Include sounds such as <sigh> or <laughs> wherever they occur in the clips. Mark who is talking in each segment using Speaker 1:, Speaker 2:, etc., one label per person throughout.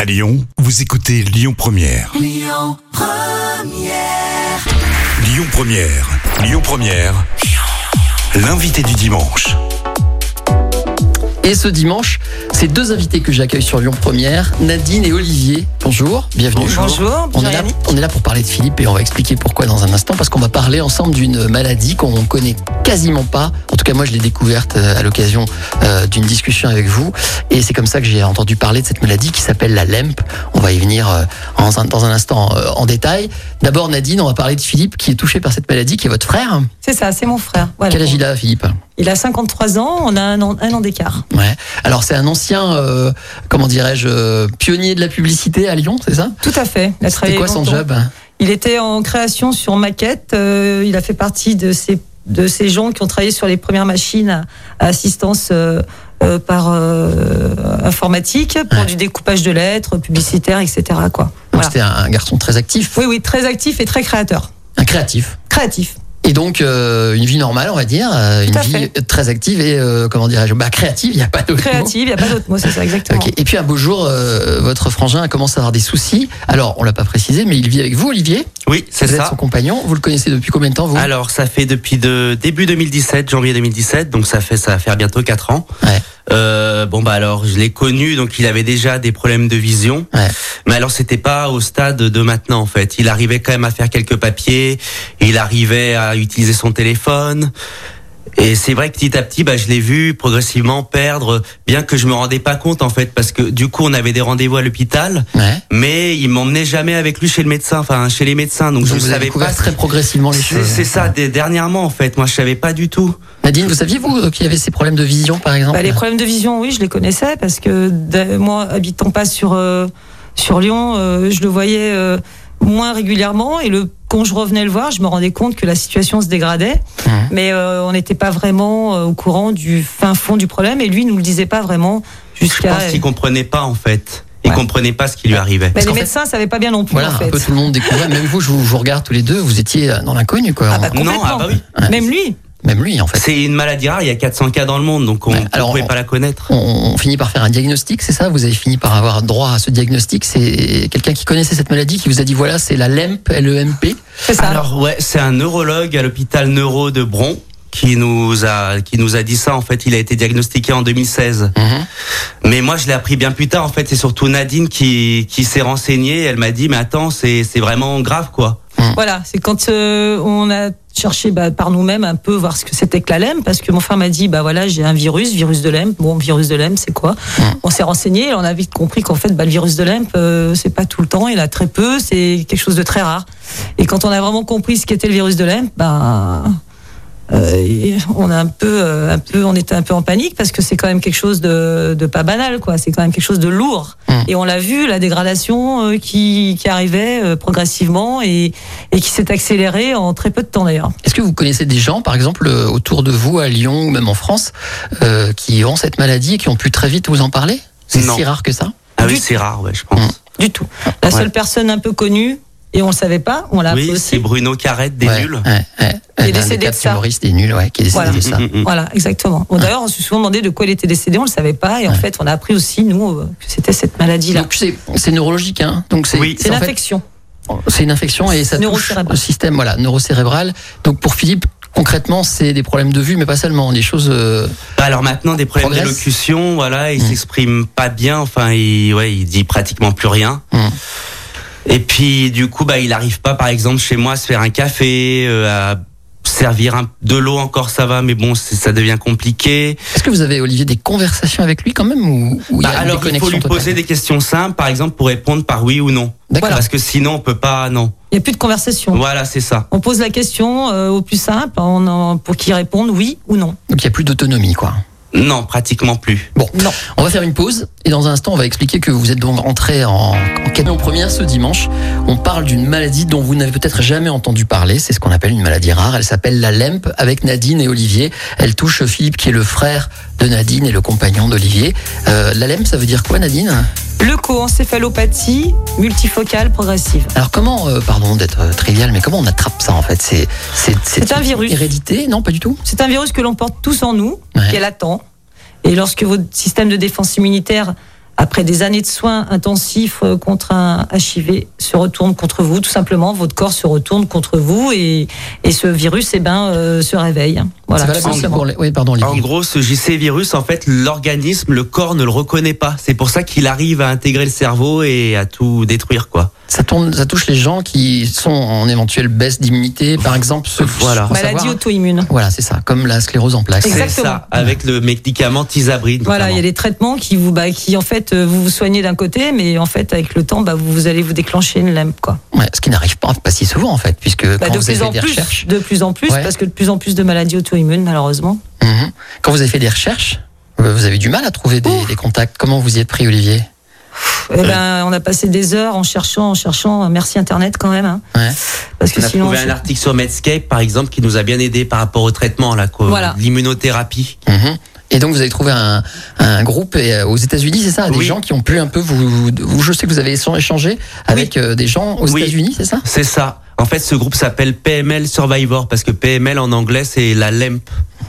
Speaker 1: À Lyon, vous écoutez Lyon Première. Lyon Première. Lyon Première. L'invité du dimanche.
Speaker 2: Et ce dimanche, c'est deux invités que j'accueille sur Lyon Première, Nadine et Olivier. Bonjour, bienvenue.
Speaker 3: Bonjour,
Speaker 2: On est, là,
Speaker 3: Jérémy.
Speaker 2: on est là pour parler de Philippe et on va expliquer pourquoi dans un instant, parce qu'on va parler ensemble d'une maladie qu'on connaît quasiment pas. En tout cas, moi, je l'ai découverte euh, à l'occasion euh, d'une discussion avec vous. Et c'est comme ça que j'ai entendu parler de cette maladie qui s'appelle la LEMP. On va y venir euh, en un- dans un instant euh, en détail. D'abord, Nadine, on va parler de Philippe qui est touché par cette maladie, qui est votre frère.
Speaker 3: C'est ça, c'est mon frère. Voilà.
Speaker 2: Quel âge il a, Philippe
Speaker 3: Il a 53 ans, on a un an, un an d'écart.
Speaker 2: Ouais. Alors c'est un ancien, euh, comment dirais-je, euh, pionnier de la publicité à Lyon, c'est ça
Speaker 3: Tout à fait. Il a
Speaker 2: C'était
Speaker 3: travaillé
Speaker 2: quoi son
Speaker 3: longtemps.
Speaker 2: job hein
Speaker 3: Il était en création sur maquette. euh, il a fait partie de ces, de ces gens qui ont travaillé sur les premières machines à, à assistance euh, euh, par euh, informatique pour
Speaker 2: Ouais.
Speaker 3: du découpage de lettres, publicitaire, etc. Quoi.
Speaker 2: Donc
Speaker 3: Voilà.
Speaker 2: C'était un, un garçon très actif,
Speaker 3: Oui, oui, très actif et très créateur.
Speaker 2: un créatif.
Speaker 3: Créatif.
Speaker 2: Et donc euh, une vie normale, on va dire, euh, une
Speaker 3: Tout à
Speaker 2: vie très active et euh, comment dirais-je, bah, créative. Il n'y a pas d'autre mot.
Speaker 3: Créatif, il n'y a pas d'autre mot, c'est ça, exactement.
Speaker 2: Ok. Et puis un beau jour, euh, votre frangin commence à avoir des soucis. Alors on l'a pas précisé, mais il vit avec vous, Olivier.
Speaker 4: Oui, c'est
Speaker 2: vous êtes
Speaker 4: ça.
Speaker 2: son compagnon. Vous le connaissez depuis combien de temps vous
Speaker 4: Alors, ça fait depuis de, début 2017, janvier 2017, donc ça fait ça va faire bientôt 4 ans.
Speaker 2: Ouais.
Speaker 4: Euh, bon bah alors, je l'ai connu, donc il avait déjà des problèmes de vision.
Speaker 2: Ouais.
Speaker 4: Mais alors, c'était pas au stade de maintenant en fait. Il arrivait quand même à faire quelques papiers, il arrivait à utiliser son téléphone. Et c'est vrai que petit à petit, bah, je l'ai vu progressivement perdre, bien que je me rendais pas compte en fait, parce que du coup, on avait des rendez-vous à l'hôpital,
Speaker 2: Ouais.
Speaker 4: mais il m'emmenait jamais avec lui chez le médecin, enfin chez les médecins, donc,
Speaker 2: Donc,
Speaker 4: je ne
Speaker 2: vous avez
Speaker 4: savais
Speaker 2: découvert
Speaker 4: pas.
Speaker 2: très progressivement les
Speaker 4: C'est
Speaker 2: choses.
Speaker 4: c'est ça, des- dernièrement en fait, moi je savais pas du tout.
Speaker 2: Nadine, vous saviez vous euh, qu'il y avait ces problèmes de vision par exemple
Speaker 3: Bah, les problèmes de vision, oui, je les connaissais parce que d'a- moi, habitant pas sur, euh, sur Lyon, euh, je le voyais euh, moins régulièrement et le, quand je revenais le voir, je me rendais compte que la situation se dégradait,
Speaker 2: Mhm.
Speaker 3: mais euh, on n'était pas vraiment euh, au courant du fin fond du problème et lui ne nous le disait pas vraiment
Speaker 4: Je
Speaker 3: jusqu'à.
Speaker 4: pense qu'il comprenait pas en fait. Il
Speaker 3: Ouais.
Speaker 4: comprenait pas ce qui lui arrivait.
Speaker 3: Mais
Speaker 2: parce
Speaker 3: les
Speaker 2: qu'en fait-
Speaker 3: médecins ne savaient pas bien non plus
Speaker 2: Voilà,
Speaker 3: en
Speaker 2: un
Speaker 3: fait.
Speaker 2: peu tout le monde découvrait. Même vous, je vous, je vous regarde tous les deux, vous étiez dans l'inconnu, quoi.
Speaker 3: Ah bah,
Speaker 4: Non,
Speaker 3: complètement.
Speaker 4: ah bah oui.
Speaker 3: Même lui,
Speaker 2: Même lui, en fait.
Speaker 4: C'est une maladie rare, il y a 400 cas dans le monde, donc on
Speaker 2: Ouais,
Speaker 4: ne
Speaker 2: alors,
Speaker 4: pouvait
Speaker 2: on-
Speaker 4: pas la connaître.
Speaker 2: On, on finit par faire un diagnostic, c'est ça Vous avez fini par avoir droit à ce diagnostic. C'est quelqu'un qui connaissait cette maladie qui vous a dit voilà, c'est la LEMP, E L-E-M-P.
Speaker 3: c'est ça.
Speaker 4: Alors ouais, c'est un neurologue à l'hôpital neuro de Bron qui nous a qui nous a dit ça en fait. Il a été diagnostiqué en 2016. Mais moi, je l'ai appris bien plus tard. En fait, c'est surtout Nadine qui, qui s'est renseignée. Elle m'a dit, mais attends, c'est c'est vraiment grave, quoi.
Speaker 3: Voilà, c'est quand euh, on a cherché bah, par nous-mêmes un peu voir ce que c'était que la LEM, parce que mon frère m'a dit, bah voilà, j'ai un virus, virus de LEM. Bon, virus de LEM, c'est quoi On s'est renseigné, et on a vite compris qu'en fait, bah, le virus de LEM, euh, c'est pas tout le temps, il y en a très peu, c'est quelque chose de très rare. Et quand on a vraiment compris ce qu'était le virus de LEM, bah, euh, et on a un peu, euh, un peu, on était un peu en panique parce que c'est quand même quelque chose de, de pas banal, quoi. C'est quand même quelque chose de lourd.
Speaker 2: Mm.
Speaker 3: Et on l'a vu, la dégradation euh, qui, qui arrivait euh, progressivement et, et qui s'est accélérée en très peu de temps d'ailleurs.
Speaker 2: Est-ce que vous connaissez des gens, par exemple, euh, autour de vous, à Lyon ou même en France, euh, qui ont cette maladie et qui ont pu très vite vous en parler C'est
Speaker 4: Non.
Speaker 2: si rare que ça
Speaker 4: Ah
Speaker 3: Du-
Speaker 4: oui, c'est rare, ouais, je pense.
Speaker 2: Mm.
Speaker 3: Du tout. La
Speaker 4: Ouais.
Speaker 3: seule personne un peu connue et on le savait pas, on l'a appris
Speaker 4: Oui, c'est
Speaker 3: aussi.
Speaker 4: Bruno Carrette des
Speaker 2: Ouais,
Speaker 4: nuls.
Speaker 2: ouais, ouais. Euh,
Speaker 3: Il est
Speaker 2: Un des
Speaker 3: décédé de
Speaker 2: quatre
Speaker 3: ça.
Speaker 2: humoristes des nuls, ouais, qui est décédé
Speaker 3: Voilà.
Speaker 2: de ça.
Speaker 4: Mm, mm, mm.
Speaker 3: Voilà, exactement. Bon, D'ailleurs, on s'est souvent demandé de quoi il était décédé, on le savait pas, et en
Speaker 2: Ouais.
Speaker 3: fait, on a appris aussi nous euh, que c'était cette maladie-là.
Speaker 2: Donc c'est c'est neurologique, hein. Donc c'est
Speaker 4: Oui.
Speaker 3: C'est
Speaker 2: en fait-
Speaker 3: l'infection.
Speaker 2: C'est une infection et ça touche
Speaker 3: Neurocérébrale.
Speaker 2: le système voilà, neurocérébral. Donc pour Philippe, concrètement, c'est des problèmes de vue, mais pas seulement, des choses... euh,
Speaker 4: Bah Alors maintenant, des problèmes
Speaker 2: Progresse.
Speaker 4: d'élocution, voilà, il
Speaker 2: Mm.
Speaker 4: s'exprime pas bien, enfin, il, ouais, il dit pratiquement plus rien.
Speaker 2: Mm.
Speaker 4: Et puis, du coup, bah, il arrive pas, par exemple, chez moi, à se faire un café, euh, à servir un- de l'eau encore, ça va, mais bon, c'est- ça devient compliqué.
Speaker 2: Est-ce que vous avez, Olivier, des conversations avec lui quand même ou, ou il y a
Speaker 4: Bah,
Speaker 2: une
Speaker 4: alors, il faut
Speaker 2: déconnexion
Speaker 4: lui
Speaker 2: totale
Speaker 4: poser des questions simples, par exemple, pour répondre par oui ou non.
Speaker 2: D'accord.
Speaker 4: Parce que sinon, on peut pas, non.
Speaker 3: Il n'y a plus de conversation.
Speaker 4: Voilà, c'est ça.
Speaker 3: On pose la question euh, au plus simple on en- pour qu'ils répondent oui ou non.
Speaker 2: Donc il n'y a plus d'autonomie, quoi.
Speaker 4: Non, pratiquement plus.
Speaker 2: Bon,
Speaker 3: Non.
Speaker 2: on va faire une pause et dans un instant, on va expliquer que vous êtes donc rentré en, en canon première ce dimanche. On parle d'une maladie dont vous n'avez peut-être jamais entendu parler. C'est ce qu'on appelle une maladie rare. Elle s'appelle la LEMP avec Nadine et Olivier. Elle touche Philippe qui est le frère de Nadine et le compagnon d'Olivier. Euh, la LEMP, ça veut dire quoi, Nadine
Speaker 3: Leucoencéphalopathie multifocale progressive.
Speaker 2: Alors comment, euh, pardon d'être euh, trivial, mais comment on attrape ça en fait C'est c'est
Speaker 3: C'est un virus.
Speaker 2: Hérédité Non, pas du tout.
Speaker 3: C'est un virus que l'on porte tous en nous,
Speaker 2: Ouais.
Speaker 3: qui est latent. Et lorsque votre système de défense immunitaire après des années de soins intensifs euh, contre un HIV, se retourne contre vous, tout simplement. Votre corps se retourne contre vous et, et ce virus, eh ben, euh, se réveille. Voilà,
Speaker 2: C'est
Speaker 3: tout
Speaker 2: valable aussi
Speaker 3: simplement.
Speaker 2: pour les- Oui, pardon, Olivier.
Speaker 4: En gros, ce JC virus, en fait, l'organisme, le corps ne le reconnaît pas. C'est pour ça qu'il arrive à intégrer le cerveau et à tout détruire, quoi.
Speaker 2: Ça, tourne, ça touche les gens qui sont en éventuelle baisse d'immunité, par exemple ceux
Speaker 4: Voilà.
Speaker 2: faut
Speaker 3: Maladie
Speaker 2: savoir- hein.
Speaker 3: auto-immune.
Speaker 2: Voilà, c'est ça, comme la sclérose en plaques.
Speaker 4: C'est
Speaker 3: Exactement.
Speaker 4: ça, avec le médicament Tisabride.
Speaker 3: Voilà, il y a
Speaker 4: notamment.
Speaker 3: des traitements qui vous, bah, qui en fait, euh, vous vous soignez d'un côté, mais en fait, avec le temps, bah, vous, vous allez vous déclencher une lèpre, quoi.
Speaker 2: Ouais, ce qui n'arrive pas, pas si souvent en fait, puisque
Speaker 3: Bah,
Speaker 2: quand
Speaker 3: de
Speaker 2: vous
Speaker 3: plus
Speaker 2: avez fait
Speaker 3: en
Speaker 2: des
Speaker 3: plus,
Speaker 2: recherches,
Speaker 3: de plus en plus,
Speaker 2: Ouais.
Speaker 3: parce que de plus en plus de maladies auto-immunes, malheureusement.
Speaker 2: Mhm. quand vous avez fait des recherches, euh, vous avez du mal à trouver des, des contacts. Comment vous y êtes pris, Olivier
Speaker 3: Eh ben, on a passé des heures en cherchant, en cherchant. euh, Merci Internet quand même, hein.
Speaker 2: Ouais.
Speaker 3: parce que
Speaker 4: On a
Speaker 3: sinon,
Speaker 4: trouvé
Speaker 3: je-
Speaker 4: un article sur Medscape, par exemple, qui nous a bien aidé par rapport au traitement, là, quoi,
Speaker 3: Voilà.
Speaker 4: l'immunothérapie.
Speaker 2: Mhm. Et donc vous avez trouvé un, un groupe et, euh, aux États-Unis, c'est ça Des
Speaker 4: Oui.
Speaker 2: gens qui ont pu un peu vous, vous- vous- Je sais que vous avez échangé avec euh, des gens aux
Speaker 4: Oui.
Speaker 2: États-Unis, c'est ça
Speaker 4: C'est ça. En fait, ce groupe s'appelle PML Survivor parce que PML en anglais c'est la LEMP.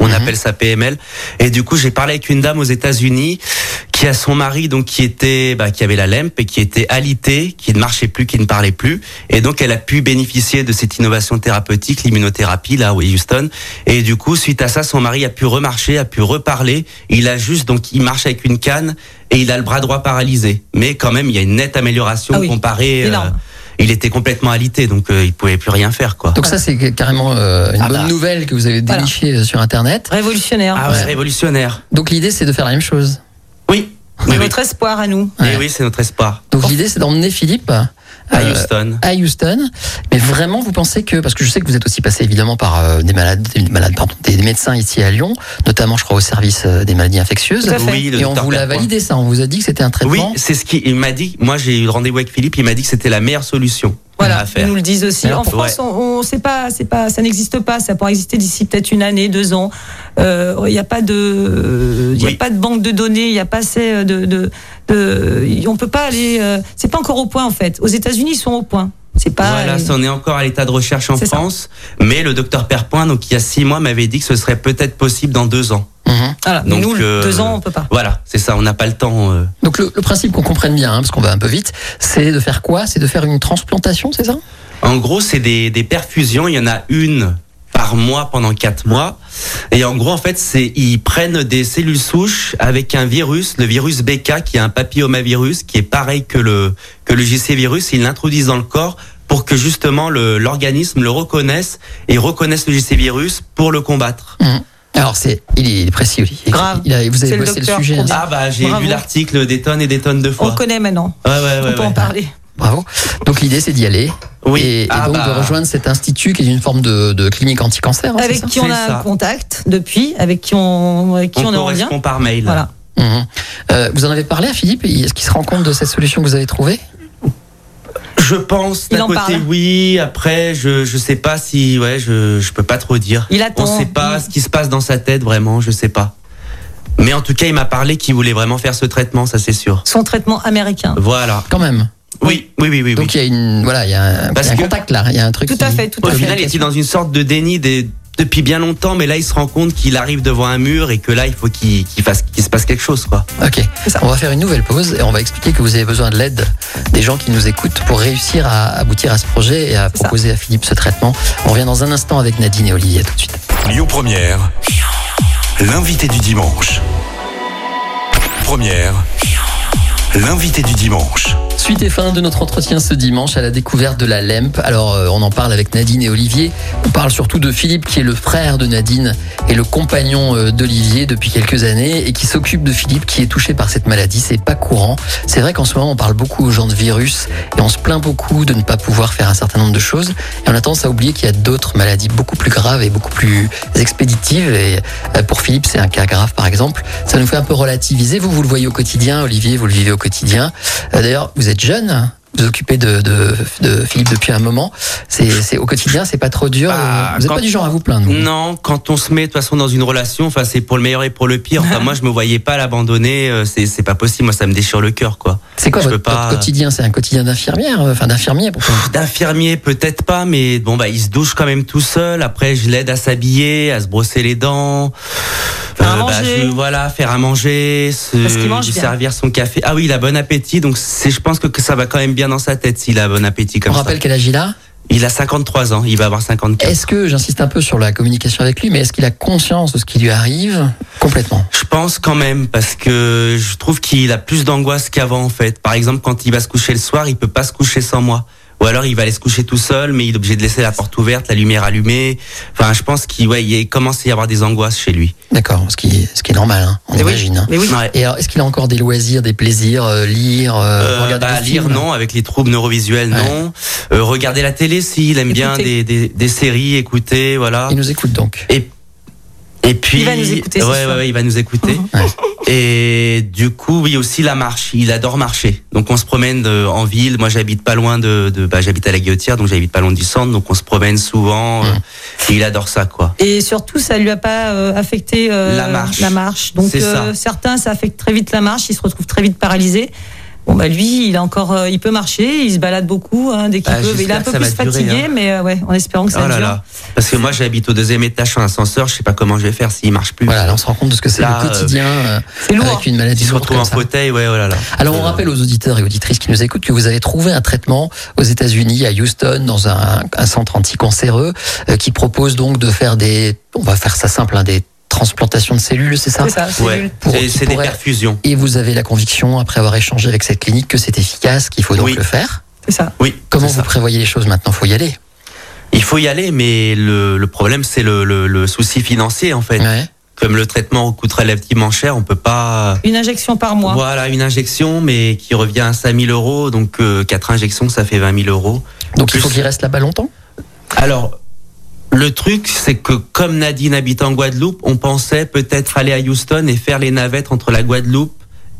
Speaker 4: On appelle ça PML. Et du coup, j'ai parlé avec une dame aux États-Unis qui a son mari donc qui était bah, qui avait la LEMP et qui était alité, qui ne marchait plus, qui ne parlait plus. Et donc, elle a pu bénéficier de cette innovation thérapeutique, l'immunothérapie là où Houston. Et du coup, suite à ça, son mari a pu remarcher, a pu reparler. Il a juste donc il marche avec une canne et il a le bras droit paralysé. Mais quand même, il y a une nette amélioration
Speaker 3: Ah oui.
Speaker 4: comparée. euh,
Speaker 3: Énorme.
Speaker 4: Il était complètement alité, donc euh, il pouvait plus rien faire, quoi.
Speaker 2: Donc ça c'est carrément euh, une
Speaker 4: Ah
Speaker 2: bonne
Speaker 4: bah.
Speaker 2: nouvelle que vous avez
Speaker 3: Voilà.
Speaker 2: dénichée euh, sur Internet.
Speaker 3: révolutionnaire.
Speaker 4: Ah ouais, c'est révolutionnaire.
Speaker 2: Donc l'idée c'est de faire la même chose.
Speaker 4: Oui.
Speaker 3: C'est
Speaker 4: Oui, oui.
Speaker 3: notre espoir à nous.
Speaker 2: Ouais.
Speaker 4: Et oui, c'est notre espoir.
Speaker 2: Donc l'idée c'est d'emmener Philippe
Speaker 4: À
Speaker 2: euh,
Speaker 4: Houston.
Speaker 2: à Houston. Mais vraiment, vous pensez que, parce que je sais que vous êtes aussi passé évidemment par euh, des malades, des, malades pardon, des médecins ici à Lyon, notamment je crois au service euh, des maladies infectieuses.
Speaker 3: Tout à fait.
Speaker 4: Oui, le
Speaker 2: Et on
Speaker 4: docteur
Speaker 2: vous l'a
Speaker 4: Perpoint.
Speaker 2: validé ça, on vous a dit que c'était un
Speaker 4: Oui,
Speaker 2: traitement.
Speaker 4: c'est ce qu'il m'a dit. Moi, j'ai eu le rendez-vous avec Philippe. Il m'a dit que c'était la meilleure solution
Speaker 3: Voilà,
Speaker 4: à
Speaker 3: ils
Speaker 4: faire.
Speaker 3: nous le disent aussi.
Speaker 2: Alors,
Speaker 3: en France,
Speaker 4: ouais.
Speaker 3: on, on sait pas, c'est pas, ça n'existe pas. Ça pourra exister d'ici peut-être une année, deux ans. Euh, Il n'y a pas de, il y a
Speaker 4: Oui.
Speaker 3: pas de banque de données. Il n'y a pas assez de, de, de- on peut pas aller. euh, c'est pas encore au point en fait. Aux États-Unis, ils sont au point. C'est pas.
Speaker 4: Voilà,
Speaker 3: euh,
Speaker 4: ça, on est encore à l'état de recherche en
Speaker 3: C'est ça.
Speaker 4: France. Mais le docteur Perpoint, donc il y a six mois, m'avait dit que ce serait peut-être possible dans deux ans.
Speaker 2: Mhm.
Speaker 3: voilà. Mais
Speaker 4: Donc,
Speaker 3: nous,
Speaker 4: euh,
Speaker 3: deux ans, on peut pas.
Speaker 4: Voilà, c'est ça. On n'a pas le temps. euh.
Speaker 2: Donc le, le principe qu'on comprenne bien, hein, parce qu'on va un peu vite, c'est de faire quoi C'est de faire une transplantation, c'est ça
Speaker 4: En gros, c'est des, des perfusions. Il y en a une par mois pendant quatre mois. Et en gros, en fait, c'est ils prennent des cellules souches avec un virus, le virus BK, qui est un papillomavirus, qui est pareil que le que le JC virus. Ils l'introduisent dans le corps pour que justement le- l'organisme le reconnaisse et reconnaisse le JC virus pour le combattre.
Speaker 2: Alors c'est, il est, il est précis, Olivier.
Speaker 3: Grave.
Speaker 2: Il a- vous
Speaker 3: C'est
Speaker 2: avez
Speaker 3: le
Speaker 2: bossé le,
Speaker 3: docteur
Speaker 2: sujet. hein.
Speaker 3: Courbet.
Speaker 4: Ah bah j'ai
Speaker 3: Bravo.
Speaker 4: vu l'article des tonnes et des tonnes de
Speaker 3: On
Speaker 4: fois.
Speaker 3: connaît maintenant.
Speaker 4: Ouais, ouais, ouais,
Speaker 3: on peut
Speaker 4: ouais.
Speaker 3: en parler.
Speaker 2: Bravo. Donc l'idée c'est d'y aller
Speaker 4: Oui.
Speaker 2: et, et
Speaker 4: Ah
Speaker 2: donc de
Speaker 4: bah.
Speaker 2: rejoindre cet institut qui est une forme de, de clinique anti-cancer. hein, c'est
Speaker 3: avec
Speaker 2: ça
Speaker 3: qui on
Speaker 4: C'est
Speaker 3: a
Speaker 4: ça.
Speaker 3: un contact depuis, avec qui on, avec qui
Speaker 4: On
Speaker 3: on, est en lien.
Speaker 4: correspond par mail.
Speaker 3: Voilà.
Speaker 2: Mhm. Euh, vous en avez parlé à Philippe Est-ce qu'il se rend compte de cette solution que vous avez trouvée
Speaker 4: Je pense
Speaker 3: Il
Speaker 4: d'un
Speaker 3: en
Speaker 4: côté
Speaker 3: parle.
Speaker 4: oui, après je je sais pas si ouais, je je peux pas trop dire.
Speaker 3: Il attend.
Speaker 4: On sait pas ce qui se passe dans sa tête vraiment, je sais pas. Mais en tout cas, il m'a parlé qu'il voulait vraiment faire ce traitement, ça c'est sûr.
Speaker 3: Son traitement américain.
Speaker 4: Voilà.
Speaker 2: Quand même.
Speaker 4: Oui, oui oui oui. oui.
Speaker 2: Donc il y a une voilà, il y a un, il
Speaker 4: Parce
Speaker 2: y a un
Speaker 4: que-
Speaker 2: contact là, il y a un truc.
Speaker 3: Tout
Speaker 2: qui-
Speaker 3: à fait, tout
Speaker 4: Au
Speaker 3: à fait.
Speaker 4: final, il était dans une sorte de déni des- depuis bien longtemps, mais là il se rend compte qu'il arrive devant un mur et que là il faut qu'il qu'il fasse qu'il se passe quelque chose quoi.
Speaker 2: Ok.
Speaker 3: ça.
Speaker 2: On va faire une nouvelle pause et on va expliquer que vous avez besoin de l'aide des gens qui nous écoutent pour réussir à aboutir à ce projet et à
Speaker 3: ça.
Speaker 2: proposer à Philippe ce traitement. On revient dans un instant avec Nadine et Olivier. À tout de suite.
Speaker 1: Lyon Première, l'invité du dimanche. Première, l'invité du dimanche.
Speaker 2: Suite et fin de notre entretien ce dimanche à la découverte de la LEMP. Alors, euh, on en parle avec Nadine et Olivier. On parle surtout de Philippe, qui est le frère de Nadine et le compagnon euh, d'Olivier depuis quelques années et qui s'occupe de Philippe qui est touché par cette maladie. C'est pas courant. C'est vrai qu'en ce moment, on parle beaucoup aux gens de virus et on se plaint beaucoup de ne pas pouvoir faire un certain nombre de choses. Et on a tendance à oublier qu'il y a d'autres maladies beaucoup plus graves et beaucoup plus expéditives. Et euh, pour Philippe, c'est un cas grave, par exemple. Ça nous fait un peu relativiser. Vous, vous le voyez au quotidien. Olivier, vous le vivez au quotidien. Euh, D'ailleurs, vous êtes jeune. vous occupez de, de, de Philippe depuis un moment. C'est c'est- au quotidien, c'est pas trop dur.
Speaker 4: Bah,
Speaker 2: vous n'êtes
Speaker 4: quand-
Speaker 2: pas du genre à vous plaindre. vous.
Speaker 3: Mhm.
Speaker 4: Non, quand on se met de toute façon dans une relation, enfin c'est pour le meilleur et pour le pire.
Speaker 3: <laughs>
Speaker 4: Enfin moi je me voyais pas l'abandonner, euh, c'est c'est pas possible. Moi ça me déchire le cœur quoi.
Speaker 2: C'est quoi
Speaker 4: Je
Speaker 2: votre,
Speaker 4: peux pas-
Speaker 2: votre quotidien C'est un quotidien d'infirmière, euh, enfin d'infirmier pourquoi
Speaker 4: D'infirmier peut-être pas, mais bon bah il se douche quand même tout seul. Après je l'aide à s'habiller, à se brosser les dents.
Speaker 3: Faire à
Speaker 4: bah,
Speaker 3: manger.
Speaker 4: je- voilà, faire à manger, se,
Speaker 3: Parce qu'il mange
Speaker 4: lui
Speaker 3: bien.
Speaker 4: servir son café. Ah oui, il a bon appétit, donc c'est je pense que, que ça va quand même bien dans sa tête s'il a bon appétit
Speaker 2: On
Speaker 4: comme ça.
Speaker 2: rappelle qu'elle agit là.
Speaker 4: Il a 53 ans, il va avoir 54.
Speaker 2: Est-ce que, j'insiste un peu sur la communication avec lui, mais est-ce qu'il a conscience de ce qui lui arrive Complètement.
Speaker 4: Je pense quand même parce que je trouve qu'il a plus d'angoisse qu'avant en fait. Par exemple, quand il va se coucher le soir, il peut pas se coucher sans moi. Ou alors il va aller se coucher tout seul, mais il est obligé de laisser la porte ouverte, la lumière allumée. Enfin, je pense qu'il ouais, il commence à y avoir des angoisses chez lui.
Speaker 2: D'accord, ce qui, ce qui est normal, hein, on
Speaker 4: Eh
Speaker 3: Mais oui.
Speaker 2: imagine. hein.
Speaker 3: Mais oui.
Speaker 4: Ouais.
Speaker 2: Et alors, est-ce qu'il a encore des loisirs, des plaisirs, euh, lire, euh,
Speaker 4: Euh,
Speaker 2: regarder
Speaker 4: bah,
Speaker 2: des films
Speaker 4: lire non, avec les troubles neurovisuels non. Euh, regarder la télé si, il aime bien
Speaker 3: Écouter.
Speaker 4: des, des, des séries, écouter, voilà.
Speaker 2: Il nous écoute donc.
Speaker 4: Et, et puis.
Speaker 3: Il va nous écouter, Mhm. c'est
Speaker 4: Ouais,
Speaker 3: sûr.
Speaker 4: ouais, ouais, il va nous écouter.
Speaker 2: Ouais.
Speaker 4: Et du coup, oui, aussi la marche. Il adore marcher. Donc, on se promène de- en ville. Moi, j'habite pas loin de. de- bah, j'habite à la Guillotière, donc j'habite pas loin du centre. Donc, on se promène souvent.
Speaker 2: Mhm.
Speaker 4: euh, et il adore ça, quoi.
Speaker 3: Et surtout, ça lui a pas euh, affecté euh,
Speaker 4: La marche.
Speaker 3: marche. Donc euh,
Speaker 4: C'est ça.
Speaker 3: certains, ça affecte très vite la marche. Il se retrouve très vite paralysé. Bon bah lui, il a encore, euh, il peut marcher, il se balade beaucoup hein, dès qu'il
Speaker 4: Ah,
Speaker 3: peut. Il est
Speaker 4: j'espère
Speaker 3: un peu
Speaker 4: que ça
Speaker 3: plus
Speaker 4: va durer,
Speaker 3: fatigué,
Speaker 4: hein.
Speaker 3: mais euh, ouais, en espérant que ça
Speaker 4: oh là
Speaker 3: dure.
Speaker 4: là. Parce que moi, j'habite au deuxième étage sur un ascenseur. Je sais pas comment je vais faire s'il marche plus.
Speaker 2: Voilà, là, on se rend compte de ce que c'est
Speaker 4: Là,
Speaker 2: le quotidien euh,
Speaker 3: C'est lourd.
Speaker 2: avec une maladie
Speaker 4: Il se
Speaker 2: lourde
Speaker 4: retrouve
Speaker 2: comme
Speaker 4: en
Speaker 2: ça.
Speaker 4: fauteuil. Ouais, oh là là.
Speaker 3: Ah,
Speaker 2: Alors on rappelle aux auditeurs et auditrices qui nous écoutent que vous avez trouvé un traitement aux États-Unis, à Houston, dans un, un centre anticancéreux euh, qui propose donc de faire des, on va faire ça simple, hein, des transplantations de cellules, c'est ça
Speaker 3: C'est ça. c'est
Speaker 4: Ouais.
Speaker 3: nul.
Speaker 2: Pour-
Speaker 4: Et
Speaker 2: qui
Speaker 4: c'est des
Speaker 2: pourrait-
Speaker 4: perfusions.
Speaker 2: Et vous avez la conviction, après avoir échangé avec cette clinique, que c'est efficace, qu'il faut donc
Speaker 4: Oui.
Speaker 2: le faire.
Speaker 3: C'est ça.
Speaker 4: Oui.
Speaker 2: Comment
Speaker 4: c'est
Speaker 2: vous
Speaker 4: ça.
Speaker 2: prévoyez les choses maintenant Faut y aller.
Speaker 4: Il faut y aller, mais le, le problème, c'est le, le, le souci financier, en fait.
Speaker 2: Ouais.
Speaker 4: Comme le traitement coûte relativement cher, on peut pas.
Speaker 3: Une injection par mois.
Speaker 4: Voilà, une injection, mais qui revient à 5000 euros. Donc, euh, quatre injections, ça fait 20 000 euros.
Speaker 2: Donc il
Speaker 4: Plus-
Speaker 2: faut qu'il reste là-bas longtemps.
Speaker 4: Alors, le truc, c'est que comme Nadine habite en Guadeloupe, on pensait peut-être aller à Houston et faire les navettes entre la Guadeloupe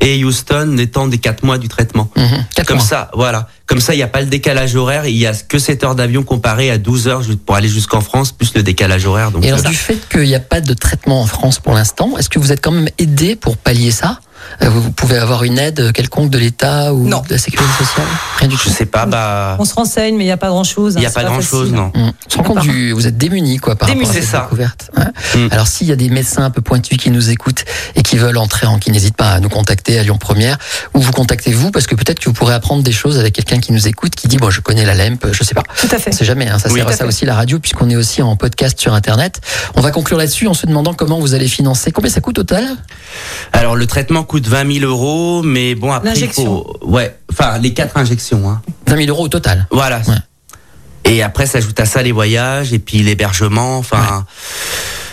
Speaker 4: et Houston, étant des quatre mois du traitement.
Speaker 2: Mhm. Quatre
Speaker 4: Comme
Speaker 2: mois.
Speaker 4: ça, voilà. Comme ça, il n'y a pas le décalage horaire. Il y a que 7 heures d'avion comparé à 12 heures ju- pour aller jusqu'en France, plus le décalage horaire. Donc,
Speaker 2: Et alors
Speaker 4: euh,
Speaker 2: du fait qu'il n'y a pas de traitement en France pour l'instant, est-ce que vous êtes quand même aidé pour pallier ça Euh, vous, vous pouvez avoir une aide quelconque de l'État ou
Speaker 3: Non.
Speaker 2: de la sécurité sociale Rien du
Speaker 4: je
Speaker 2: tout.
Speaker 4: sais pas, bah,
Speaker 3: On se renseigne, mais il n'y a pas grand chose.
Speaker 4: il n'y a pas grand chose, non.
Speaker 2: Hum. On se rend compte du- vous êtes démunis quoi par
Speaker 4: Démunis,
Speaker 2: rapport à cette
Speaker 4: c'est ça.
Speaker 2: découverte. Ouais.
Speaker 4: Hum.
Speaker 2: Alors s'il y a des médecins un peu pointus qui nous écoutent et qui veulent entrer en, qui n'hésitent pas à nous contacter à Lyon Première ou vous contactez vous parce que peut-être que vous pourrez apprendre des choses avec quelqu'un qui nous écoute qui dit bon je connais la LEMP, je sais pas.
Speaker 3: Tout à fait.
Speaker 2: On sait jamais, hein, ça
Speaker 4: Oui,
Speaker 2: sert
Speaker 4: tout
Speaker 2: à
Speaker 4: à
Speaker 2: ça
Speaker 3: fait.
Speaker 2: aussi la radio, puisqu'on est aussi en podcast sur Internet. On va conclure là-dessus en se demandant comment vous allez financer. Combien ça coûte au total
Speaker 4: Alors le traitement coûte 20 000 euros, mais bon après il
Speaker 3: L'injection.
Speaker 4: faut, ouais, enfin les quatre injections, hein.
Speaker 2: 20 000 euros au total.
Speaker 4: Voilà.
Speaker 2: Ouais.
Speaker 4: Et après s'ajoute à ça les voyages et puis l'hébergement, enfin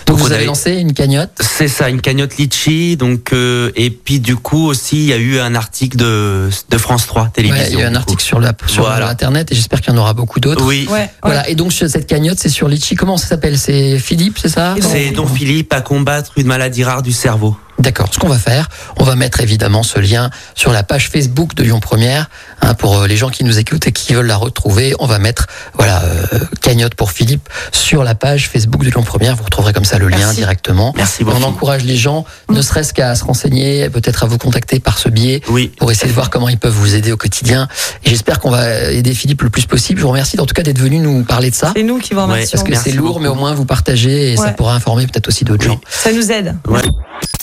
Speaker 2: Donc,
Speaker 4: Donc,
Speaker 2: vous
Speaker 4: on
Speaker 2: avez
Speaker 4: avait-
Speaker 2: lancé une cagnotte.
Speaker 4: c'est ça une cagnotte litchi. Donc euh, et puis du coup aussi il y a eu un article de de France 3 télévision.
Speaker 2: Ouais, il y a eu un
Speaker 4: du coup.
Speaker 2: article sur la sur
Speaker 4: Voilà.
Speaker 2: Internet et j'espère qu'il y en aura beaucoup d'autres.
Speaker 4: Oui.
Speaker 3: Ouais, ouais.
Speaker 2: Voilà. Et donc sur cette cagnotte, c'est sur Litchi. Comment ça s'appelle C'est Philippe, c'est ça
Speaker 3: Et donc-
Speaker 4: C'est Don Philippe à combattre une maladie rare du cerveau.
Speaker 2: D'accord. Ce qu'on va faire, on va mettre évidemment ce lien sur la page Facebook de Lyon Première hein, pour euh, les gens qui nous écoutent et qui veulent la retrouver. On va mettre voilà euh, cagnotte pour Philippe sur la page Facebook de Lyon Première. Vous retrouverez comme ça le lien
Speaker 3: Merci. Mm.
Speaker 2: directement.
Speaker 4: Merci
Speaker 2: on
Speaker 4: beaucoup.
Speaker 2: encourage les gens, ne serait-ce qu'à se renseigner, peut-être à vous contacter par ce biais
Speaker 4: Oui.
Speaker 2: pour essayer de voir comment ils peuvent vous aider au quotidien. Et j'espère qu'on va aider Philippe le plus possible. Je vous remercie en tout cas d'être venu nous parler de ça.
Speaker 3: C'est nous qui vous
Speaker 4: Ouais,
Speaker 3: remercions.
Speaker 2: Parce que
Speaker 4: Merci
Speaker 2: c'est lourd,
Speaker 4: beaucoup.
Speaker 2: mais au moins vous partagez et ça
Speaker 3: Ouais.
Speaker 2: pourra informer peut-être aussi d'autres
Speaker 4: Oui.
Speaker 2: gens.
Speaker 3: Ça nous aide.
Speaker 4: Ouais.